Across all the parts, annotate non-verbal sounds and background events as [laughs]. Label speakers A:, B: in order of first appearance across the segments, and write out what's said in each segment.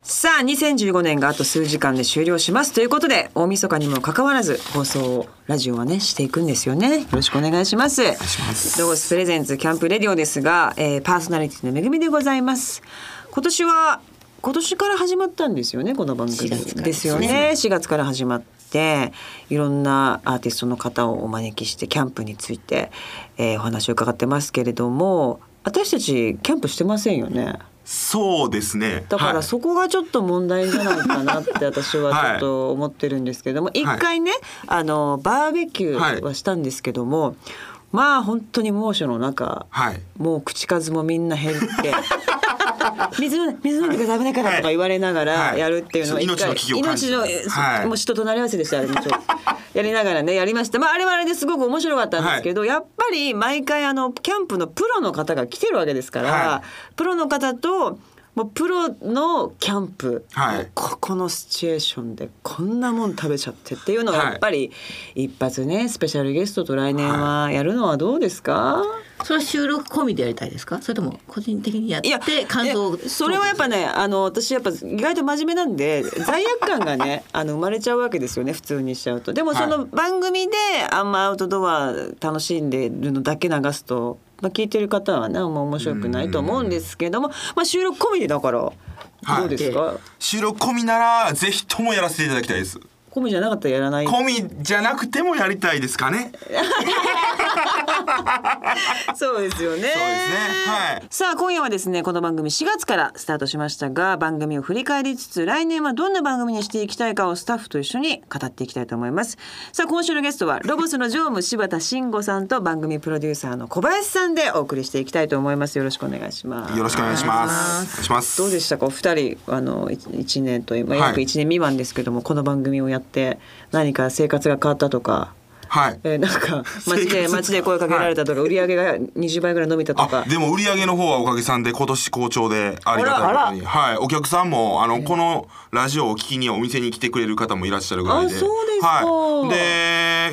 A: さあ2015年があと数時間で終了しますということで大晦日にもかかわらず放送をラジオはねしていくんですよねよろしくお願いしますロゴスプレゼンツキャンプレディオですが、えー、パーソナリティのめぐみでございます今年は今年から始まったんですよねこの番組
B: 4月から
A: ですよ
B: そう
A: ね4月から始まっていろんなアーティストの方をお招きしてキャンプについて、えーお話を伺ってますけれども私たちキャンプしてませんよね
C: そうですね。
A: だから
C: はい
A: そこがちょっと問題じゃないかなって私はちょっと思ってるんですけども一回ねあのバーベキューはしたんですけどもまあ本当に猛暑の中
C: はい。
A: もう口数もみんな減
C: [laughs]
A: って。水飲ん水飲んでください危ないからとか言われなが
C: は
A: ら
C: い
A: やるっていうのを
C: はい
A: 一回
C: 命の危機を感じた
A: 命の
C: はい
A: もう人となり合わせでしたあれもちょっとやりながらねやりましたまああれはあれですごく面白かったんですけど、やっぱり毎回あのキャンプのプロの方が来てるわけですから、
C: は
A: プロの方ともうプロのキャンプ、
C: はい
A: ここのシチュエーションでこんなもん食べちゃってっていうのが
C: はい
A: やっぱり一発ねスペシャルゲストと来年はやるのはどうですか、
B: それは収録込みでやりたいですかそれとも個人的にやっ
A: いや
B: て感想を
A: いやそれはやっぱねあの私やっぱ意外と真面目なんで罪悪感がねあの生まれちゃうわけですよね普通にしちゃうとでも
C: はい
A: その番組であんまアウトドア楽しんでるのだけ流すと、まあ、聞いてる方はねあんま面白くないと思うんですけども、まあ、収録込みでだからど
C: はいう
A: ですか、
C: 収録込みならぜひともやらせていただきたいです。
A: 込みじゃなかったらやらない
C: 込みじゃなくてもやりたいですかね。
A: そうですよね。
C: そうですねはい
A: さあ今夜はですねこの番組4月からスタートしましたが番組を振り返りつつ来年はどんな番組にしていきたいかをスタッフと一緒に語っていきたいと思います。さあ今週のゲストはロゴスの常務柴田慎吾さんと番組プロデューサーの小林さんでお送りしていきたいと思います。よろしくお願いします。
C: よろしくお願いします。お願いします。
A: どうでしたかお二人あのい一年と今
C: はい
A: 約一年未満ですけども、この番組をやって何か生活が変わったとか
C: はい。
A: えー、なんか街
C: 生活
A: で
C: が
A: 街で声かけられたとか、売り上げが20倍ぐらい伸びたと
C: あ
A: か、
C: でも売り上げの方はおかげさんで今年好調でありがたいことに、はい、お客さんもあのこのラジオを聞きにお店に来てくれる方もいらっしゃるぐらいで、
A: あそうですか
C: はい、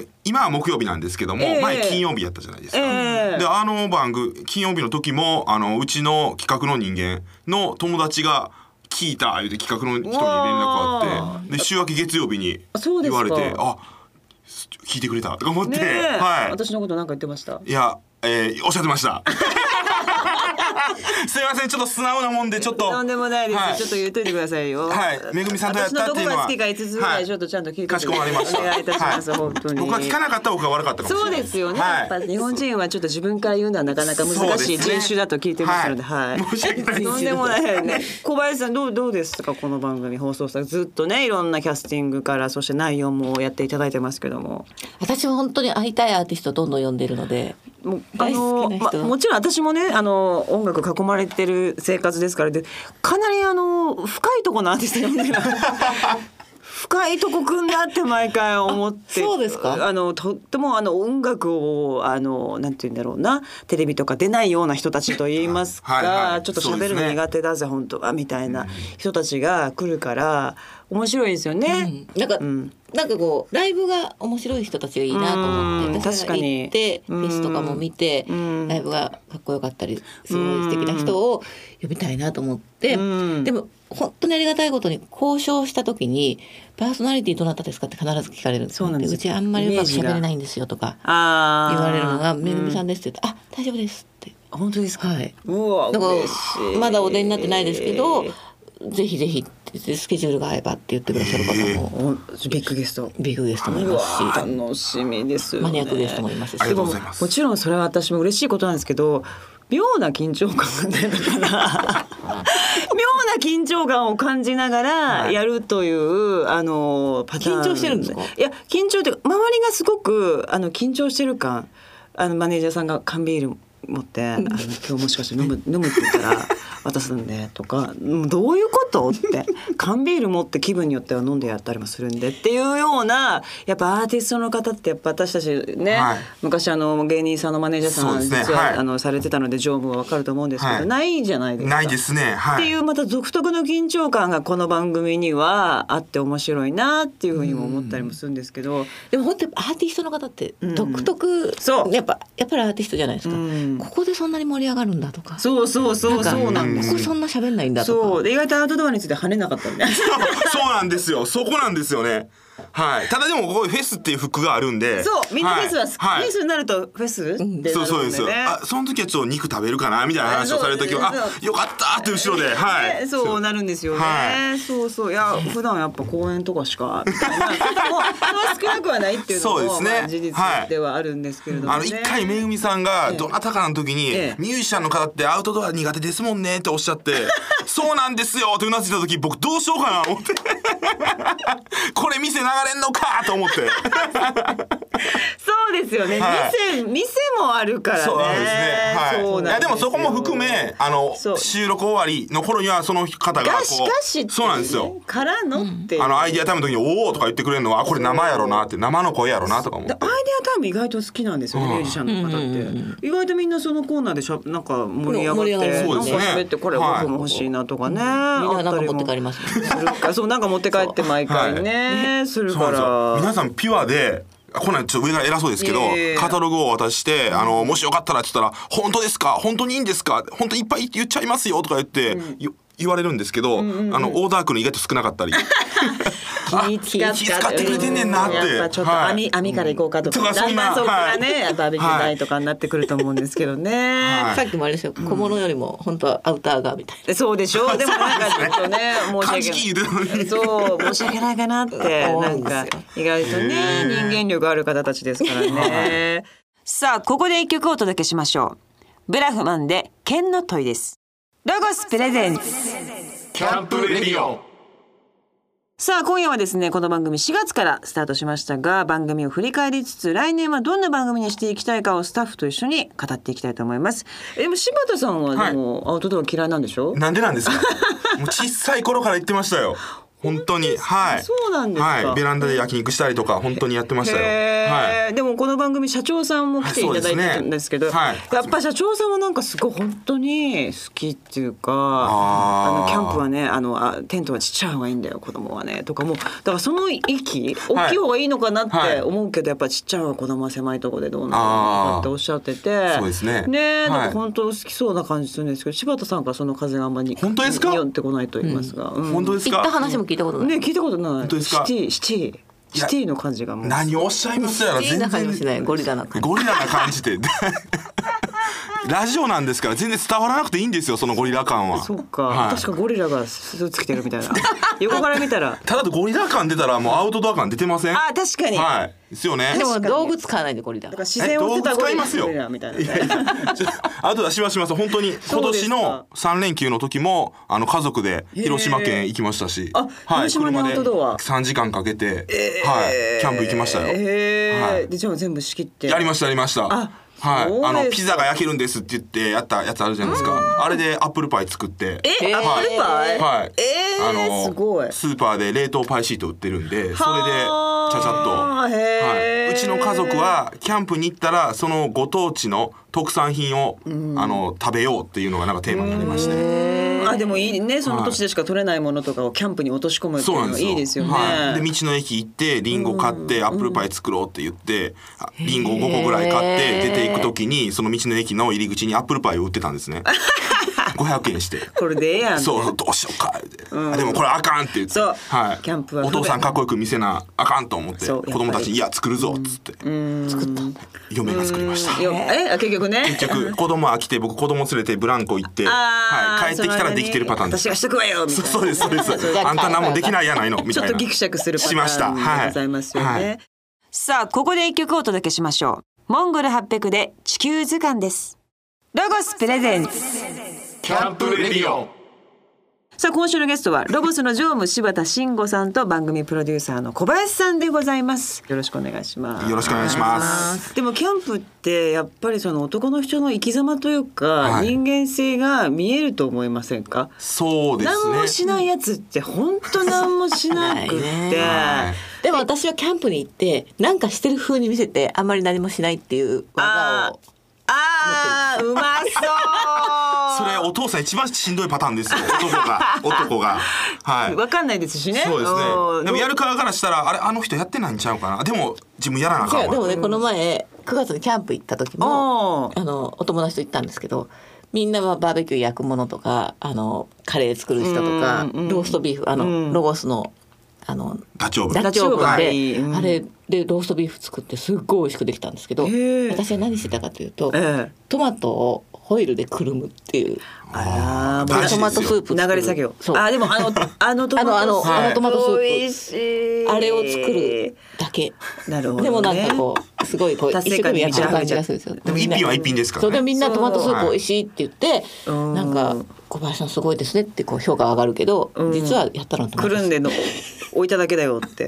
C: で今は木曜日なんですけども、
A: ええ
C: 前金曜日やったじゃないですか。
A: ええ
C: であの番組金曜日の時もあのうちの企画の人間の友達が聞いたいうて企画の人に連絡あってで週明け月曜日に
A: あそうで
C: 言
A: す
C: わ
A: か
C: れてあ聞いてくれたとか思って、
A: ねえ、
C: はい。
A: 私のことなんか言ってました
C: いや、えー、おっしゃって
A: [laughs]
C: ました。すいません、ちょっと素直なもんで、ちょっと。
A: とんでもないです、
C: はい
A: ちょっと言っといてくださいよ
C: はいめぐみさんとやったっていう
A: 私のどこ
C: のは
A: が好きか5つぐら
C: はいい
A: ちょっとちゃんと聞いてく
C: か
A: だ
C: し
A: さい
C: こまりました。
A: お願いいたします、
C: はい
A: 本当に
C: 僕は聞かなかった僕が悪かったかもし
A: そう
C: れない。
A: ですよね、
C: はい
A: やっぱ日本人はちょっと自分から言うのはなかなか難しい
C: そうですね
A: 人種だと聞いてますのではい、
C: はい申し訳ないです
A: とんでもないね小林さんどうどうですかこの番組放送さずっとねいろんなキャスティングからそして内容もやっていただいてますけども
B: 私も本当に会いたいアーティストどんどん呼んでるので
A: もうあ
B: 大好
A: の
B: きな人
A: まあもちろん私もねあの音楽囲まれてる生活ですからでかなりあの深いとこのアーティスト呼
B: [laughs]
A: んでる深いとこ組んだって毎回思って
B: あそうですか
A: あのとってもあの音楽をあのなんて言うんだろうなテレビとか出ないような人たちと言いますか、
C: はいはいはい
A: ちょっと
C: そうで
A: 喋
C: す
A: る
C: ね
A: の苦手だぜ、本当はみたいな人たちが来るから面白いですよね。
B: なんか、
A: うん
B: なんかこうライブが面白い人たちがいいなと思って
A: うん
B: 私
A: 確か
B: が
A: に
B: 行ってフェスとかも見て
A: うん
B: ライブがかっこよかったりすごい素敵な人を呼びたいなと思って
A: うん
B: でも本当にありがたいことに交渉した時に「パーソナリティどなたですか?」って必ず聞かれるんです
A: そうなんですよ
B: うちあんまりうまく
A: イメージが
B: 喋れないんですよとか
A: あ
B: 言
A: ー
B: われるのが「めぐみさ
A: うん
B: です」って言って「あ大丈夫です」って。
A: 本当ですか。
B: はいう
A: わ
B: だから
A: 嬉しい
B: まだお出になってないですけどぜひぜひってスケジュールが合えばって言ってくださる方も
A: おビッグゲスト。
B: ビッグゲストもいうま
A: わ
B: すし
A: 楽しみですよ、ね。
B: マニアックゲストもいますし
C: あり
A: で
C: がとう
A: もも
C: ございます
A: ちろんそれは私も嬉しいことなんですけど妙な緊張感が出るから妙
B: [laughs]
A: な緊張感を感じながら
C: はい
A: やるという、あのパターン
B: 緊張してるんですか
A: いや緊張というか周りがすごくあの緊張してる感あのマネージャーさんが缶ビール持ってあの今日もしかして飲む飲むって言ったら渡すんでとかうんどういうことって缶ビール持って気分によっては飲んでやったりもするんでっていうようなやっぱアーティストの方ってやっぱ私たちね、
C: はい
A: 昔あの芸人さんのマネージャーさ
C: そうんですね
A: 実は、
C: はい
A: あのされてたので常務はわかると思うんですけど、
C: はい
A: ないじゃないですか。
C: ないですね。
A: っ
C: は
A: てい
C: い。
A: うまた独特の緊張感がこの番組にはあって面白いなっていうふうにも思ったりもするんですけど、
B: でも本当にアーティストの方って
A: ん
B: 独特、
A: そう
B: やっぱやっぱりアーティストじゃないですか、
A: うんうん
B: ここでそんなに盛り上がるんだとか
A: そうそうそうそうなんで
B: あ
A: す
B: こ
A: よ
B: こそんな喋んないんだとか
A: そうで意外とアウトドアについて跳ねなかったみたい [laughs] な
C: [laughs] そうなんですよ。そこなんですよね。はい。ただでもここにフェスっていう服があるんで。
A: そうみんなフェスは好き、
C: はい
A: フェスになるとフェスってなるんでね
C: そうそうですよ。あ、その時はちょっと肉食べるかなみたいな話をされる時は、
A: そうそう
C: あ
A: そ、う
C: よかったって後ろで、は
A: ね
C: い。
A: そうなるんですよね、
C: は
A: そうそういや普段やっぱ公園とかしかみた
C: [laughs]
A: いな方も少なくはないっていうのも
C: そうですね
A: まあ事実ではあるんですけれども、ね
C: あの一回めぐみさんがどなたかの時に、
A: ええ
C: ミュージシャンの方ってアウトドア苦手ですもんねっておっしゃって、
A: [laughs]
C: そうなんですよってうなずいた時僕どうしようかな思って、 [laughs] これ店流れんのかと思って、
A: [laughs] そうですよね、
C: はい
A: 店店もあるからね
C: そうなんですね。はい。
A: そう
C: い
A: な
C: や
A: ん
C: です
A: よ
C: もそこも含めあの
A: そう
C: 収録終わりの頃にはその方がこ
A: が
C: う、
A: しかしっていね
C: そうなんですよ。
A: からのっていう、
C: あのアイディアタイムの時に「おお」とか言ってくれるのはあこれ生やろなって生の声やろなとか思っ
A: でア
C: て
A: イデアタイム意外と好きなんですよね、
C: うん
A: ミュージシャンの方って、
B: うんうん
A: 意外とみんなそのコーナーでしゃなんか盛り上がっ
B: 盛り
A: て
B: 上がる
A: なん
C: そう
A: か
C: ですね
A: 喋ってこれ
C: はい
A: 僕も欲しいなとかね、
B: みんな
A: あっ
B: なんか
A: たり
B: 持って
A: も
B: 帰りますも
A: す
B: んね
A: るからそうなんか持って帰って毎回ね、する
C: そう
A: か
C: なんですよ
A: ら
C: 皆さんピュアであこんなんちょっと上から偉そうですけど
A: いえいえいえ
C: カタログを渡して「あのもしよかったら」って言ったら「本当ですか本当にいいんですか本当いっぱい言っちゃいますよ」とか言ってよ言われるんですけどあのオーダークの意外と少なかったり
A: [laughs] 気遣
C: 気遣ってくれてんねんなって
A: やっぱちょっと
C: はい
A: 網,、網から行こうかとか
C: とかそ
A: だ
C: ん
A: ん
C: な
A: だんそこからね、
C: はい
A: バーベキューないとかになってくると思うんですけどね、
C: はい
B: さっきもあれですよ小物よりも本当はアウターがみたい
A: でそうでしょでもなんかちょっとね
C: 漢
A: 申し
C: 字キ
A: 訳
C: ー言うてたのに。
A: そう申し訳ないかなって
B: 思
A: な
B: うん
A: ん
B: ですよ
A: か意外とね人間力ある方たちですからね
D: さあここで一曲お届けしましょうブラフマンで剣の問いですロゴスプレゼンツ
C: キャンプレディオ
D: さあ今夜はですねこの番組4月からスタートしましたが番組を振り返りつつ来年はどんな番組にしていきたいかをスタッフと一緒に語っていきたいと思います
A: でも柴田さんはでも、アウトドア嫌いなんでしょ
C: なんでな
A: [laughs]
C: んですかもう小さい頃から言ってましたよ本当にはい
A: そうなんですか
C: はいベランダで焼肉したりとか本当にやってましたよ
A: へー
C: は
A: でもこの番組社長さんも来ていただいてたんですけど
C: はいそうですねはい
A: やっぱ社長さんはなんかすごい本当に好きっていうか
C: あー
A: あのキャンプはねあのあテントはちっちゃい方がいいんだよ子供はねとかもうだからその域大きい方がいいのかなっ
C: はい
A: て思うけどやっぱちっちゃい方が子供は狭いとこでどうなのかなっておっしゃってて
C: あーそうですね
A: えなん
C: はい
A: か本当好きそうな感じするんですけど柴田さんからその風があんまり
C: 本当ですか
A: に寄ってこないと言いますが、
C: い
A: うん
C: 本当です
B: な行った
C: か
B: 話も聞いたことない、
A: ね聞いたことない
C: 当ですか
A: シティシティ
C: い
A: シ
C: や
A: ティの感じがもう
C: 何をおっしゃいますやら
B: シティ
C: 全
B: な感じしない
C: 然
B: ゴリラな感じ
C: ゴリラな感じでラジオなんですから全然伝わらなくていいんですよそのゴリラ感は
A: そうか、
C: はい
A: 確かゴリラがスーツ着てるみたい [laughs] な横から見たら
C: ただゴリラ感出たらもうアウトドア感出てません
A: あ確かに、
C: はいですよね
B: でも道具使わないでゴリラ
A: だから自然を捨てたゴリラゴリラみたいな、
C: いやいやちょあとはしますします本当に今
A: そうで
C: 年
A: すか
C: の三連休の時もあの家族で広島県行きましたし、
A: あ広島の
C: 車で
A: アウトドア
C: 三時間かけて、はいキャンプ行きましたよ。
A: へえ、
C: はい
A: でじゃあ全部仕切って
C: やりましたやりました。
A: あ
C: は
A: そ
C: い
A: うです、か
C: あのピザが焼けるんですって言ってやったやつあるじゃないですか。あれでアップルパイ作って。
A: え、アップルパイ、
C: はい。
A: えーすごい
C: スーパーで冷凍パイシート売ってるんで、それでちゃち
A: はー
C: ゃっと。
A: へー
C: はい。うちの家族はキャンプに行ったらそのご当地の特産品をあの食べようっていうのがなんかテーマになりまして。
A: あでもいいねその年でしか取れないものとかをキャンプに落とし込むってい
C: そううな
A: の
C: んで
A: が
C: すよ。
A: いいですよね、
C: はい、で道の駅行ってリンゴ買ってアップルパイ作ろうって言って、あリンゴ5個ぐらい買って出ていく時にその道の駅の入り口にアップルパイを売ってたんです
A: [laughs]
C: ね。500円して。
A: これでええやん
C: そうどうしようか言うて、あでもこれあかんって言って
A: そう
C: はい、
A: キャンプは
C: お
A: 不便
C: 父さんかっこよく見せなあかんと思って
A: そうや
C: 子
A: っぱり
C: 供たちに「いや作るぞ」っつって
B: 作ったんだ
C: 嫁が作りました
A: よえあ結局ね
C: 結局子供は来て僕子供連れてブランコ行って、
A: あー
C: はい、帰ってきたらできてるパターンで
A: そ
C: す
A: の間に私がしとくわよみたいな
C: そうですそうです
B: じゃあ
C: あんた何もできないやないのみ
A: ちょ
C: た
A: っと
C: いな
A: ギクシャクするパタ
C: しました
A: ーン
C: はい
A: でございますよね、
C: はい
D: さあここで一曲お届けしましょうモンゴル800で地球図鑑ですロゴスプレゼンツ
E: キャンプレディオ
D: さあ今週のゲストはロゴスの常務柴田慎吾さんと番組プロデューサーの小林さんでございますよろしくお願いします
C: よろしくお願いします
A: でもキャンプってやっぱりその男の人の生き様というか、
C: はい
A: 人間性が見えると思いませんか、
C: そうですね
A: 何もしないやつって本当何もしなくっ
B: ない
A: て
B: ね
C: はい
B: でも私はキャンプに行ってなんかしてる風に見せてあんまり何もしないっていう技を
A: あーうまそ
C: それお父さん一番しんどいパターンですよ男が男がはいう
A: わかんないですしね
C: そうです
A: うん
C: ねでもやる側からしたらあれあの人やってないんちゃうかなでも自分やらなあ
B: い
C: かん
B: や
C: わ
B: でもねこの前9月にキャンプ行った時も
A: おー
B: あのお友達と行ったんですけどみんなはバーベキュー焼くものとかあのカレー作る人とか
A: うんうん
B: ローストビーフあの、
A: うん
B: ロゴスのあの
C: ダチョウブ
B: ダチョウ
A: ダチョウブ
B: で、
A: はい
B: あれでローストビーフ作ってすっごい美味しくできたんですけ
A: へ
B: ど
A: ー
B: 私は何してたかというと
A: ええ
B: トマトをホイルでくるむっていう
A: あら
C: 大
A: もう
C: 事
B: ト
C: で
B: マ
C: す
B: トスー
C: よ
B: プ作る
A: 流れ作業
B: そう
A: あでもあのあ [laughs] のトマト
B: あの
A: スープ
B: あの
C: あのト
B: マトスープ
A: 美味しい
B: あれを作るだけ
A: なるほど、ね、
B: でもなんかこうすごいこう一
A: 達
B: 生
A: 成感
B: 懸命
A: に
B: やってる感じが
A: 満ち
B: す
A: 溢
B: るんですよ
C: でも一品は一品ですか
B: そ
C: ら
B: れで
C: ね
B: みんなトマトスープ美味しいって言って
A: うん
B: なんか小林さんすごいですねってこう評価上がるけど
A: ん
B: 実はやったのト
A: く
B: マトスープ
A: るんで
B: [laughs]
A: の置いただけだよって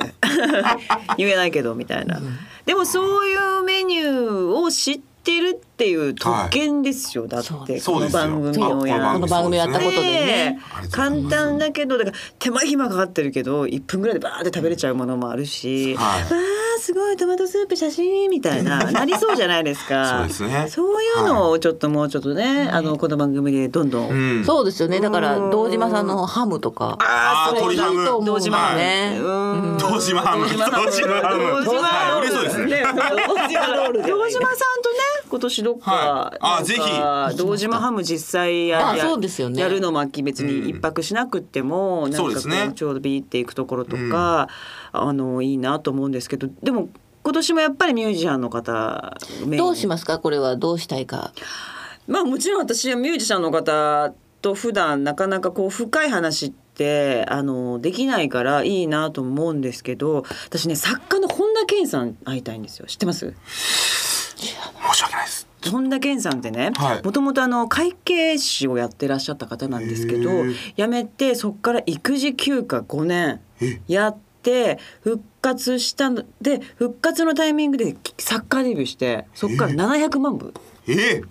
A: 言えないけどみたいな、でもそういうメニューを知ってるっていう特権ですよ、だ
B: そう
A: って
B: です
A: この番組
B: そう
A: をや
B: こ
A: ら
C: あ
B: の番組をやったことでね
A: ねえ簡単だけどだから手間暇かかってるけど1分ぐらいでバーって食べれちゃうものもあるし、
C: はい
A: わあすごいトマトスープ写真みたいななりそうじゃないですか
C: そうですね
A: そういうのをちょっともうちょっとね、あのこの番組でどんどん、
C: うん
B: そうですよねだから堂島さんのハムとか
C: あー
B: それ
C: 鳥ハム
B: いいと思う
A: 堂
B: んだ
A: 島ハム
B: ね
A: うん
C: 堂島ハム
A: 堂島ハム
C: 堂島ハム
A: 堂島ハム
C: はい売れそうですね
A: 堂島ロール堂島さんとね今年どっか、
C: はいあ
A: なんか
C: ぜひ
A: 堂島ハム実際や
B: あ
A: や
B: そうですよね
A: やるのも秋別に一泊しなくっても、なんか
C: そう
A: こ
C: ですね
A: うちょうどビーっていくところとか、あのいいなと思うんですけどでも今年もやっぱりミュージシャンの方メイン
B: どうしますかこれはどうしたいか
A: まあもちろん私はミュージシャンの方と普段なかなかこう深い話ってあのできないからいいなと思うんですけど私ね作家の本田健さん会いたいんですよ知ってます
C: 申し訳ないです
A: 本田健さんってね
C: はい
A: もともとあの会計士をやってらっしゃった方なんですけど
C: へー
A: 辞めてそこから育児休暇5年
C: え
A: やって復活したので復活のタイミングで作家デビューしてそこから700万部
C: え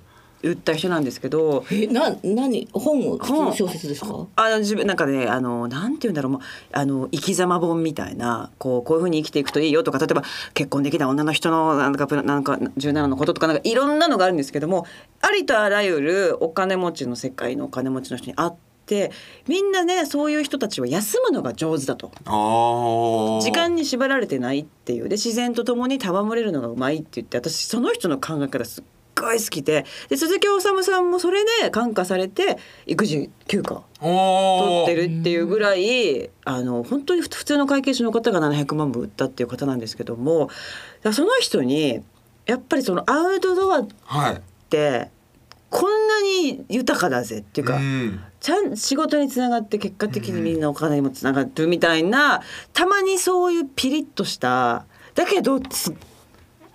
A: 売った人なんですけど。
B: えな何本を普通の
A: 本
B: 小説ですか
A: あの自分なんかねあのなんて言うんだろうもうあの生き様本みたいなこうこういうふうに生きていくといいよとか例えば結婚できた女の人のなんかなんか17のこととかなんかいろんなのがあるんですけどもありとあらゆるお金持ちの世界のお金持ちの人に会ってみんなねそういう人たちは休むのが上手だと。
C: あー
A: 時間に縛られてないっていうで自然と共に戯れるのがうまいって言って私その人の考え方すっごい好きでで鈴木おさむさんもそれで感化されて育児休暇取
C: お
A: って
C: ー
A: るっていうぐらいあの本当に普通の会計士の方が700万部売ったっていう方なんですけどもだからその人にやっぱりそのアウトドアっ
C: はい
A: てこんなに豊かだぜっていうか、
C: うん
A: ちゃん仕事につながって結果的にみんなお金にもつながってるみたいな、たまにそういうピリッとしただけどすっ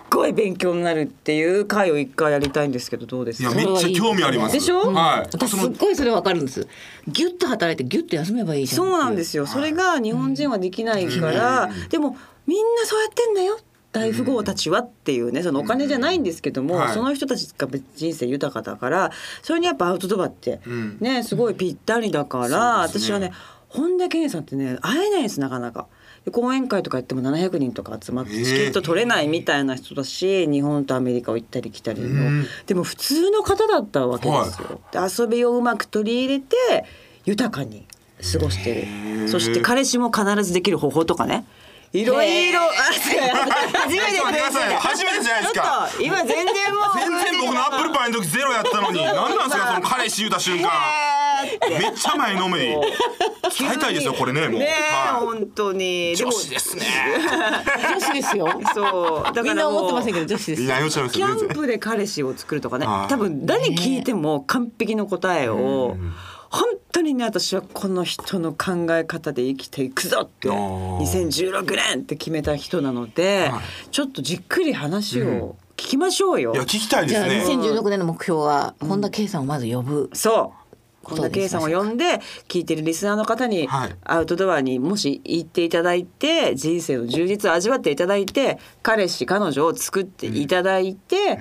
A: ごい勉強になるっていう回を一回やりたいんですけどどうで
C: い
A: す
C: や
A: か
C: めっちゃ興味あります
A: でしょ
C: はい
B: 私すっごいそれわかるんですギュッと働いてギュッと休めばいいじゃん
A: そうなんですよ。それが日本人はできないから、でもみんなそうやってんだよ。大富豪たちはっていうね、そのお金じゃないんですけども、
C: はい
A: その人たちが人生豊かだから、それにやっぱアウトドアって
C: ん
A: ね、すごいぴったりだから、
C: うんそうです
A: 私
C: ね
A: はね、本田健さんってね、会えないんですなかなか。で講演会とかやっても700人とか集まって
C: ええ
A: チケット取れないみたいな人だし、日本とアメリカを行ったり来たり
C: う
A: の
C: ん
A: でも普通の方だったわけですよ。で遊びをうまく取り入れて豊かに過ごしてるそして彼氏も必ずできる方法とかねいろいろあそう初めて
C: ちょっと待ってください初めてじゃないですか
A: ちょっと今全然もう
C: 全然
A: [laughs]
C: 僕のアップルパイの時ゼロやったのに何なんですかその彼氏言うた瞬間めっちゃ前のめり伝えたいですよこれねもう
A: ねえ
C: はい
A: 本当にでも
C: 女子ですね
B: 女子ですよ
A: そうだから
B: みんな思って
A: もう
B: ませんけど女子です
C: いやよっしゃいます
A: キ
C: よ
A: ャン
C: 全然
A: プで彼氏を作るとかね
C: はい
A: 多分何聞いても完璧の答えを本当にね私はこの人の考え方で生きていくぞって
C: あー
A: 2016年って決めた人なので、
C: はい
A: ちょっとじっくり話を聞きましょうよ。
C: いや聞きたいで
B: じゃ
C: す
B: あ
C: ね
B: 2016年の目標は本田圭さんをまず呼ぶ、
A: そう
B: こ
A: 本
B: と
A: 田
B: に
A: 圭
B: し
A: さ
B: ま
A: ん
B: しょ
A: を
B: う
A: 呼んで聞いてるリスナーの方に
C: はい
A: アウトドアにもし行っていただいて人生の充実を味わっていただいて彼氏彼女を作っていただいて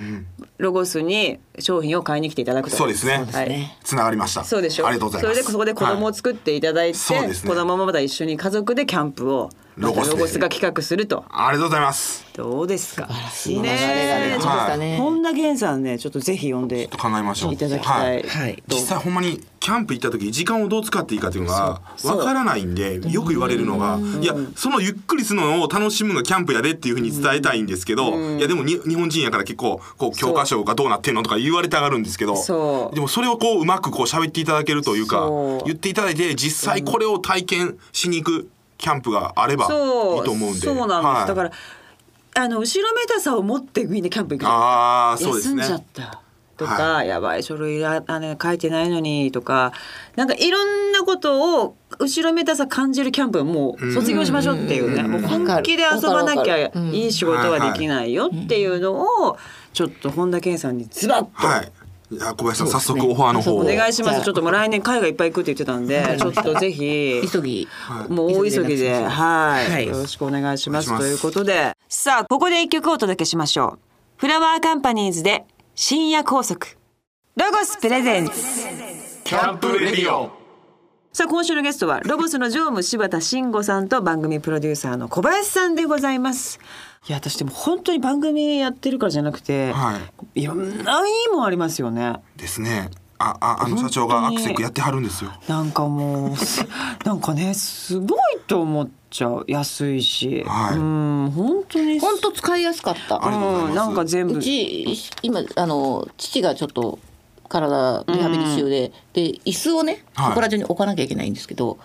A: ロゴスに商品を買いに来ていただくと
C: そうですね
B: ですね
C: つながりました
A: そうでしょ
C: ありがとうございます
A: それでそこで子供を作っていただいて、
C: はいそうですね
A: 子供もまだ一緒に家族でキャンプを
C: ロゴスですね
A: ロゴスが企画すると
C: はいありがとうございます
A: どうですか
B: 素晴らしい流れが
A: ね
B: できましたね。
A: 本田源さんねちょっとぜひ呼んで
C: 考えましょう
A: いただきたい、
C: は
B: はい
A: どう
C: 実際ほんまにキキャンプ行った時時間をどう使っていいかっていうのがわからないんでよく言われるのがいやそのゆっくりするのを楽しむのがキャンプやでっていうふうに伝えたいんですけどいやでもに日本人やから結構こう教科書がどうなってんのとか言われたがるんですけど
A: そう
C: でもそれをこううまくこう喋っていただけるというか
A: そう
C: 言っていただいて実際これを体験しに行くキャンプがあればいい
A: そう
C: と思うんで。
A: そうなんです、
C: はい
A: だからあの後ろめたさを持ってみんなキャンプ行くじゃないですか
C: ああそうですね。
A: 休んじゃったとか、やばい書類ああの書いてないのにとかなんかいろんなことを後ろめたさ感じるキャンプはもう卒業しましょうっていうね、
C: うん
A: もう本気で遊ばなきゃいい仕事はできないよっていうのをちょっと本田健さんにズバッと
C: はい。いや小林さん、早速オファーの方を。
A: お願いしま
B: じ
A: す
B: ゃあ
A: ちょっともう来年海外いっぱい行くって言ってたんでちょっとぜ
C: [laughs]
A: ひ
B: 急ぎ。
A: もう大急ぎで、はい、
B: はい
A: よろしくお願いします
C: お願いします
A: ということで、さあここで一曲お届けしましょう。フラワーカンパニーズで深夜拘束。ロゴスプレゼンツ。
F: キャンプレディオ
A: さあ今週のゲストはロゴスの常務柴田慎吾さんと番組プロデューサーの小林さんでございます。いや私でも本当に番組やってるからじゃなくて、、
C: はい
A: ろんないいもんありますよね。
C: い。ですね。あ、あ、あの社長がアクセックやってはるんですよ。
A: なんかもう [laughs] すなんかねすごいと思っちゃう安いし、
C: はい
A: うん本当に
B: 本当使いやすかった。
C: ありがとうございます
A: ん、なんか全部
B: うち今あの父がちょっと体リハビリ中で、で椅子をね
C: はい
B: そこら中に置かなきゃいけないんですけど、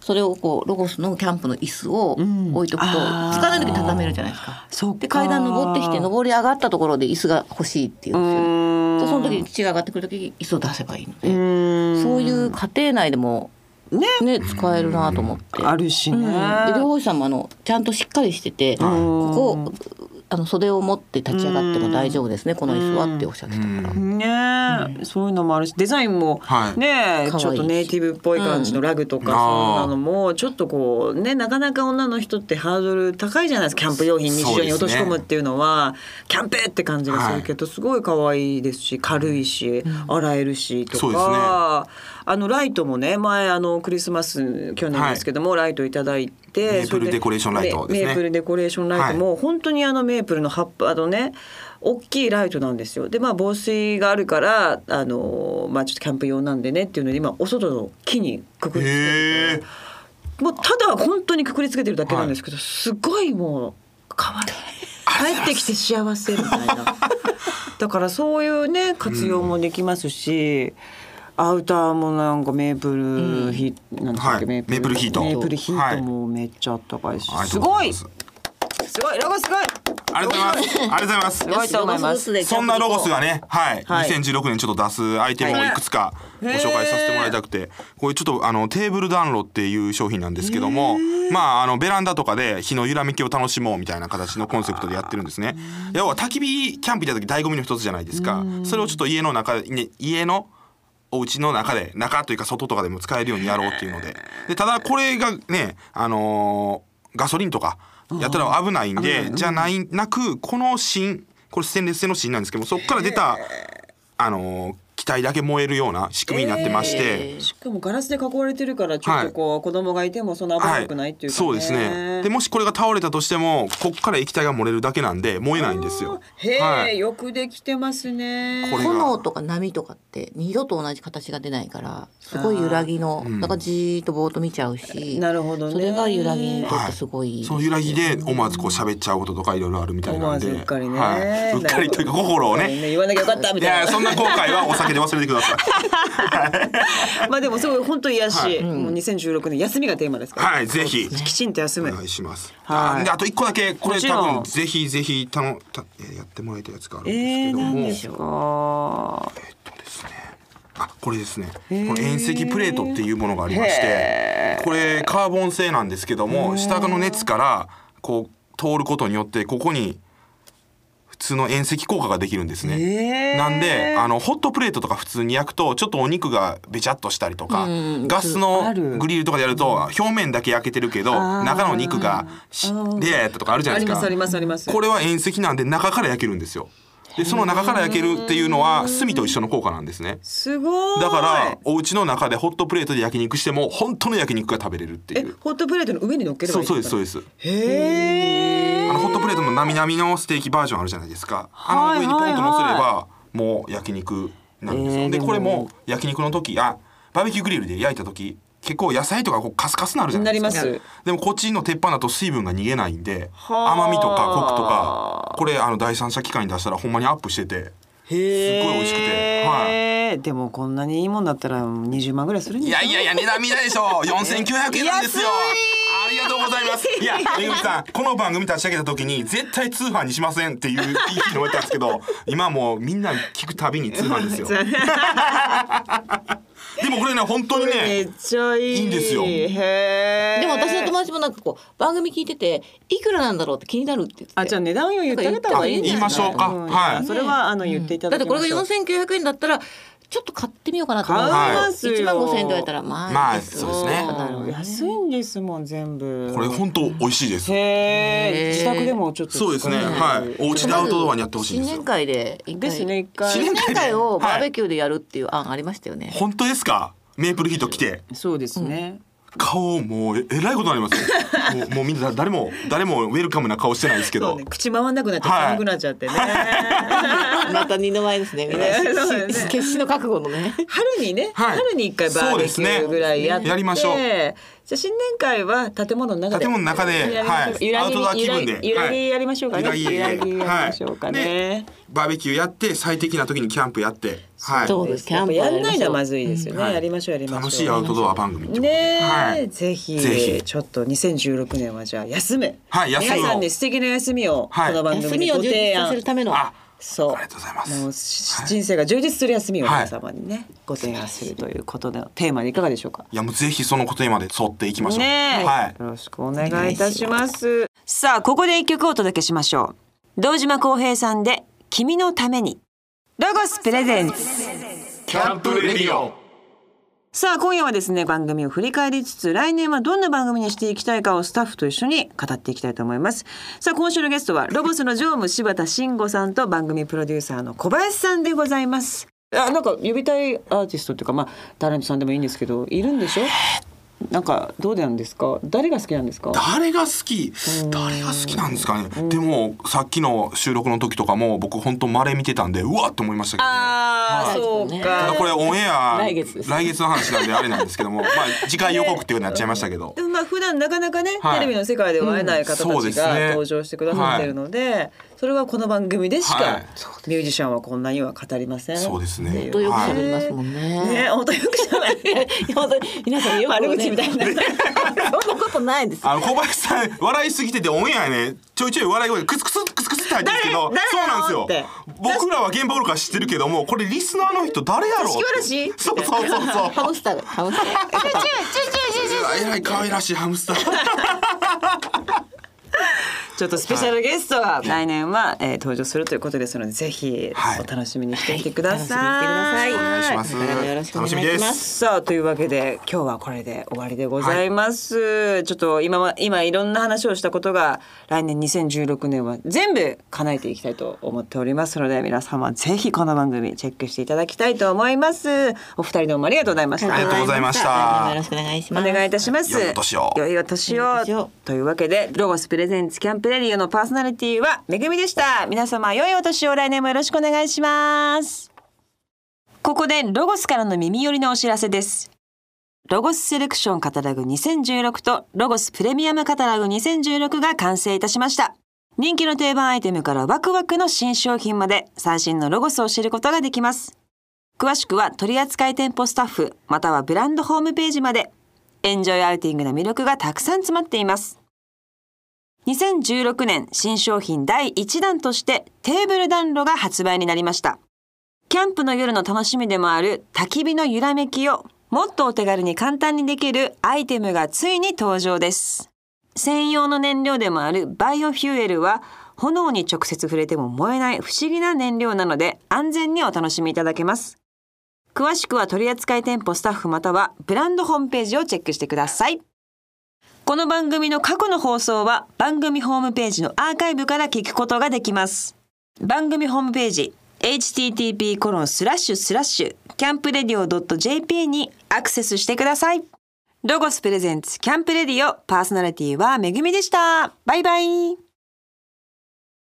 B: それをこうロゴスのキャンプの椅子を
A: ん
B: 置いとくと、
A: あー
B: 使わない時畳めるじゃないですか。
A: そうか
B: で階段登ってきて登り上がったところで椅子が欲しいっていうんですよね。
A: う
B: で
A: ん
B: その時に父が上がってくる時に椅子を出せばいいの
A: う
B: で、
A: ん
B: そういう家庭内でも
A: ね
B: ね使えるなと思って。
A: あるしね、
B: うんで両方さんもあのちゃんとしっかりしてて、ここあの袖を持って立ち上がっても大丈夫ですね、この椅子はっておっしゃってたから、
A: ねえ、そういうのもあるしデザインも
C: はい
A: ねえ、
B: 可愛いし
A: ちょっとネイティブっぽい感じのラグとか、
C: うん
A: そんなのもちょっとこうねなかなか女の人ってハードル高いじゃないですかキャンプ用品日常に落とし込むっていうのはキャンペーって感じがするけど、すごい可愛いですし軽いし、洗えるしと
C: そうですね
A: か、あのライトもね前あのクリスマス去年ですけども、ライトいただいて
C: メープルデコレーションライトですね
A: メープルデコレーションライトも本当にあのメープルの葉っぱのね大きいライトなんですよでまあ防水があるからあのまあちょっとキャンプ用なんでねっていうので今お外の木にくくりつけ
C: へえ。
A: てもうただ本当にくくりつけてるだけなんですけど、すごいもう可愛い帰ってきて幸せみたいな [laughs] だからそういうね活用もできますし、アウターもなんかメープルヒなんだっけ
C: はいメープルヒート
A: メープルヒートもめっちゃあったかいし、
C: ありがと
A: す
C: うご
A: ご
C: ざ
A: い
C: ます
A: すごいロゴすごい
C: ありがとうございます。ありがとうございます
A: ごいと思います
B: よし
C: そんなロゴスがね、はい、
A: はい
C: 2016年ちょっと出すアイテムをいくつかご紹介させてもらいたくて、これちょっとあのテーブル暖炉っていう商品なんですけども、まああのベランダとかで日の揺らめきを楽しもうみたいな形のコンセプトでやってるんですね。要は焚き火キャンプ行った時醍醐味の一つじゃないですか。それをちょっと家の中で、ね家のお家の中で中というか外とかでも使えるようにやろうっていうのででただこれがね、あのーガソリンとかやったら危ないんでじゃないなくこの芯これステンレス製の芯なんですけどもそこから出た、あのー機体だけ燃えるような仕組みになってまして。
A: しかもガラスで囲われてるからちょっとこう子供がいてもそんな危
C: は
A: なくないっていうか、
C: そうですねでもしこれが倒れたとしてもこっから液体が漏れるだけなんで燃えないんですよ。
A: へえ、
C: はい
A: よくできてますね
C: これが
B: 炎とか波とかって二度と同じ形が出ないからすごい揺らぎのだからじーっとぼーっと見ちゃうし、
A: なるほどね
B: それが揺らぎにとってすごい、
C: その揺らぎで思わずこう喋っちゃうこととかいろいろあるみたい
A: 思
C: な
A: わ
C: んで
A: ずうっかりね、
C: はいうっかりというか心を
A: うっかり
C: ね
A: 言わなきゃよかったみ
C: い
A: たい
C: や
A: な
C: そんな後悔はお酒で忘れてください。
A: まあでもすごい本当に癒やし、
C: はい
A: もう2016年休みがテーマですから、
C: はいぜひ
A: きちんと休
C: お
A: む、
C: 願いします。
A: はい
C: あであと一個だけこ
A: も
C: れ
A: ちろん
C: 多分ぜひぜひたのたえーやってもらいたいやつがあるんです
A: えー、
C: けども、
A: 何
C: え
A: でしょうか
C: っとですねあこれですね、この遠赤プレートっていうものがありましてこれカーボン製なんですけども下の熱からこう通ることによってここに普通の遠赤効果ができるんですね。
A: えー
C: なんであのホットプレートとか普通に焼くとちょっとお肉がべちゃっとしたりとか、
B: うん
C: ガス
A: あ
C: の
A: る
C: グリルとかでやると表面だけ焼けてるけど
A: あー
C: 中の肉がしレアやったとかあるじゃ
A: あ
C: ない
A: り
C: で
A: ますすあり
C: か
A: ますあります
C: これは遠赤なんで中から焼けるんですよでその中から焼けるっていうのは炭と一緒の効果なんですね
A: すごい
C: だからお家の中でホットプレートで焼肉しても本当の焼肉が食べれるってい
A: え
C: う
A: ホットプレートの上に乗っければ
C: そ
A: いうい
C: そうですそう
A: う
C: です
A: ですへえ
C: あのホットプレートのなみなみのステーキバージョンあるじゃないですか。あの上にポンと乗せればもう焼肉なんです
A: え
C: よ。
A: ー
C: で
A: でも
C: これも焼肉の時あバーベキューグリルで焼いた時結構野菜とかこうカスカスなるじゃないですか
A: なりま
C: でもこっちの鉄板だと水分が逃げないんで
A: はあ
C: 甘みとかコクとかこれあの第三者機関に出したらほんまにアップしてて
A: へー
C: すごい美味しくては
A: でもこんなにいいもんだったら20万ぐらいするん
C: い
A: じゃ
C: やいやいや値段見ないでしょ4900円なんですよありがとうございますいやめぐみさんこの番組立ち上げた時に絶対通販にしませんっていう意気のやったんですけど今もうみんな聞くたびに通販
A: [laughs]
C: ですよでもこれね本当に
A: め
C: ね
A: っちゃいい
C: いいんですよ
A: へー
B: でも私の友達もなんかこう番組聞いてていくらなんだろうって気になるって言ってて
A: あじゃあ値段を言ってあげた方がいいんじゃない
C: あ言いましょうか
A: ん
C: はい
A: それはあの言っていた
B: だ
A: だ
B: っ
A: き
B: て
A: ましょ
B: こ
A: う
B: れが4900円だったらちょっと買ってみようかなと思う
A: 買
C: い
A: ますよ
B: 1万5000円でやったらまあ
C: まあ
B: いいけど
C: そうですね
B: なるほどね
A: 安いんですもん全部
C: これ本当美味しいです
A: へ
B: へ
A: ー
B: ー
A: 自宅でもちょっと
C: そうですねはいお家でアウトドアにやってほしいんです
B: 新
C: よ
B: 年会で一回
A: ですね一回
B: 新年会
C: は
B: を
C: い
B: バーベキューでやるっていう案ありましたよね、
C: 本当ですかメープルヒート来て
A: そうですね、
C: 顔もうええらいことになります
A: [laughs]
C: よもうもうみんな誰も誰もウェルカムな顔してないですけ
A: そ
C: ど、
A: うね口回んなくなっちゃ
C: はい
A: って寒くなっちゃってね
B: [laughs] また二の舞ですねみんな
A: そうですね
B: 決死の覚悟のね
A: 春にね、
C: はい
A: 春に一回バーベキューぐらいやっ
C: そ
A: て、
C: うですねやりましょう
A: じゃあ新年会は建物の中で
C: 建物の中で
A: やりましょう
C: はい
A: ゆらぎ
C: アウトドア気分で
A: ゆら
C: は
A: ぎ
C: い
A: やりましょうかね、
C: ゆらぎで
A: ゆらぎやりましょうかね、
C: バーベキューやって最適な時にキャンプやって、はい、
B: そうですキャンプ
A: やっぱや
B: り
A: ん
B: ましょう
A: ないのはまずいですよね、
C: うんはい
A: やりましょうやりましょう
C: 楽しいアウトドア番組ってこと
A: ねえ、
C: はい
A: ぜひ
C: ぜひ
A: ちょっと2016年はじゃあ休む、
C: はい休む
A: 皆さんに素敵な休みを
C: はい
A: この番
B: 休
A: 組で
B: みを
A: ご
B: 充
A: 提
B: 実
A: 案、
B: させるための
C: あ
A: そう
C: ありがとうございます
A: もうし人生が充実する休みを皆様にね、ご提案するということでテーマでいかがでしょうか
C: いやもうぜひそのことまで沿っていきましょう、
A: ねえ
C: はい
A: よろしくお願いいたしますさあここで一曲お届けしましょう堂島康平さんで君のためにロゴスプレゼンツ
G: キャンプレディオ
A: さあ今夜はですね番組を振り返りつつ来年はどんな番組にしていきたいかをスタッフと一緒に語っていきたいと思いますさあ今週のゲストはロボスの常務柴田慎吾さんと番組プロデューサーの小林さんでございますあなんか呼びたいアーティストっていうかまあタレントさんでもいいんですけどいるんでしょなんかどうなんですか誰が好きなんですか
C: 誰が好き誰が好きなんですかねでもさっきの収録の時とかも僕本当まれ見てたんでうわっと思いましたけど、ね、
A: あ
B: ーそうか
C: ただこれオンエア
B: 来月です
C: 来月の話なんであれなんですけどもまあ次回予告っていうようになっちゃいましたけど
A: [laughs] でもまあ普段なかなかね、
C: はい
A: テレビの世界では会えない方たち
C: うんそうで
A: が
C: すね
A: 登場してくださっているので、それはこの番組でしか、
C: はい
A: ミュージシャンはこんなには語りません。
C: そうですね
B: とよく
C: は
B: 喋
C: い
B: りますもんね。
A: ね、本当よくじゃない
B: いや本当に皆さんよく、ね、
A: 悪口みたいな
B: [laughs] そんなことないです
C: あの小林さん笑いすぎててオンエアねちょいちょい笑い声クスクスクスクスって入ってるんですけど
A: 誰
C: そうなんですよ
A: 誰な
C: 僕らは現場おるから知ってるけどもこれリスナーの人誰やろうって
A: 私
C: そうそうそ
A: [laughs]
C: うそう
B: ハムスターがハムスタ [laughs] ー
C: えらい可愛らしいハムスター
A: ちょっとスペシャルゲストが来年は、えー登場するということですので、ぜひ
C: はい
A: お楽しみにしていてください。
B: はい
C: お願いします
B: これからもよろしくお願いします
C: 楽しみです
A: さあというわけで今日はこれで終わりでございます、ちょっと今は今いろんな話をしたことが来年2016年は全部叶えていきたいと思っておりますので皆様ぜひこの番組チェックしていただきたいと思いますお二人どうもありがとうございました、
C: ありがとうございました
B: 来年もよろしくお願いし
A: お
B: ます
A: 願いいたします。
C: 良いお年を
A: 良いお年
B: 良い
A: を
B: お年を。
A: というわけで、ロゴスプレゼンツキャンプレディオのパーソナリティはめぐみでした。皆様、良いお年を来年もよろしくお願いします。ここで、ロゴスからの耳寄りのお知らせです。ロゴスセレクションカタログ2016とロゴスプレミアムカタログ2016が完成いたしました。人気の定番アイテムからワクワクの新商品まで最新のロゴスを知ることができます。詳しくは取扱店舗スタッフまたはブランドホームページまでエンジョイアウティングの魅力がたくさん詰まっています2016年新商品第1弾としてテーブル暖炉が発売になりましたキャンプの夜の楽しみでもある焚き火の揺らめきをもっとお手軽に簡単にできるアイテムがついに登場です専用の燃料でもあるバイオフューエルは炎に直接触れても燃えない不思議な燃料なので安全にお楽しみいただけます詳しくは取扱店舗スタッフまたはブランドホームページをチェックしてくださいこの番組の過去の放送は番組ホームページのアーカイブから聞くことができます番組ホームページ http コロンスラッシュスラッシュキャンプレディオ .jp にアクセスしてくださいロゴスプレゼンツキャンプレディオパーソナリティはめぐみでしたバイバイ